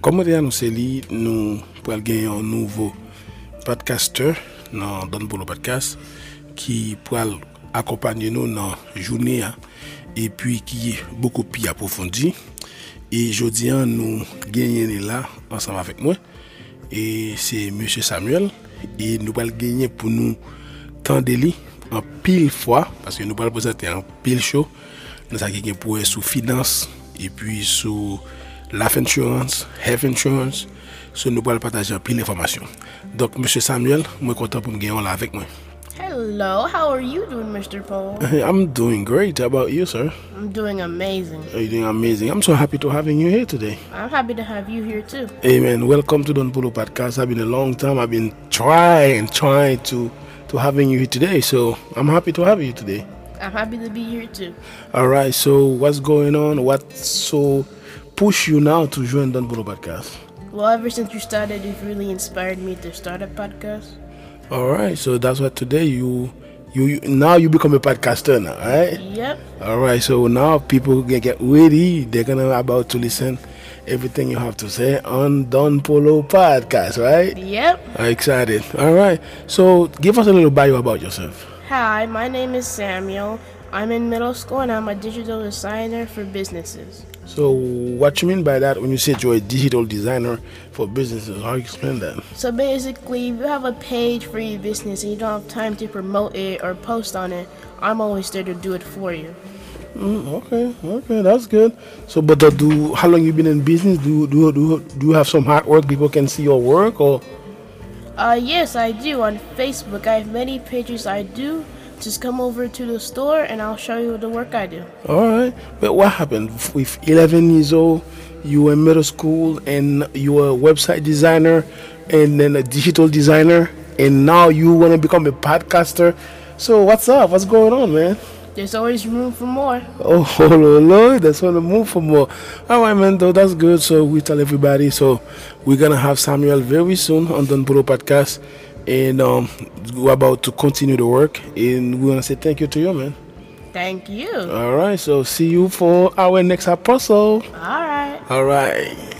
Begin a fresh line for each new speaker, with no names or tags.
Comme on dit à nous, c'est lui, nous pourrons gagner un nouveau podcasteur dans Don Boulot Podcast qui pourra accompagner nous dans la journée hein, et puis qui est beaucoup plus approfondi. Et aujourd'hui, hein, nous gagnons là ensemble avec moi. Et c'est Monsieur Samuel. Et nous allons gagner pour nous Tandeli en pile fois, parce que nous allons présenter en pile show. Nous allons gagner pour sous finance et puis sous life insurance, health insurance. So nous allons partager en pile d'informations. Donc, Monsieur Samuel, je suis content pour me gagner là avec moi.
Hello, how are you doing, Mr. Paul?
I'm doing great. How about you, sir?
I'm doing amazing.
You're doing amazing. I'm so happy to having you here today.
I'm happy to have you here too.
Amen. Welcome to Don Polo Podcast. I've been a long time. I've been trying, trying to to having you here today. So I'm happy to have you today.
I'm happy to be here too.
All right. So what's going on? What so push you now to join Don Polo Podcast?
Well, ever since you started, you've really inspired me to start a podcast.
All right. So that's why today you. You, you now you become a podcaster now, right?
Yep.
All right, so now people get, get ready. They're gonna about to listen everything you have to say on Don Polo podcast, right?
Yep.
I'm excited. All right, so give us a little bio about yourself.
Hi, my name is Samuel. I'm in middle school and I'm a digital designer for businesses.
So, what you mean by that when you said you're a digital designer for businesses? How you explain that?
So basically, if you have a page for your business and you don't have time to promote it or post on it, I'm always there to do it for you.
Mm, okay, okay, that's good. So, but the, do how long you been in business? Do do do do you have some hard work? People can see your work, or
Uh, yes, I do. On Facebook, I have many pages I do. Just come over to the store and I'll show you the work I do.
all right. But what happened with 11 years old? You were in middle school and you were a website designer, and then a digital designer, and now you want to become a podcaster. So, what's up? What's going on, man?
There's always room for more.
Oh, Lord, Lord, that's on the move for more. All right, man, though, that's good. So we tell everybody. So we're going to have Samuel very soon on Don Polo Podcast. And um, we're about to continue the work. And we want to say thank you to you, man.
Thank you.
Uh. All right, so see you for our next apostle.
All right.
All right.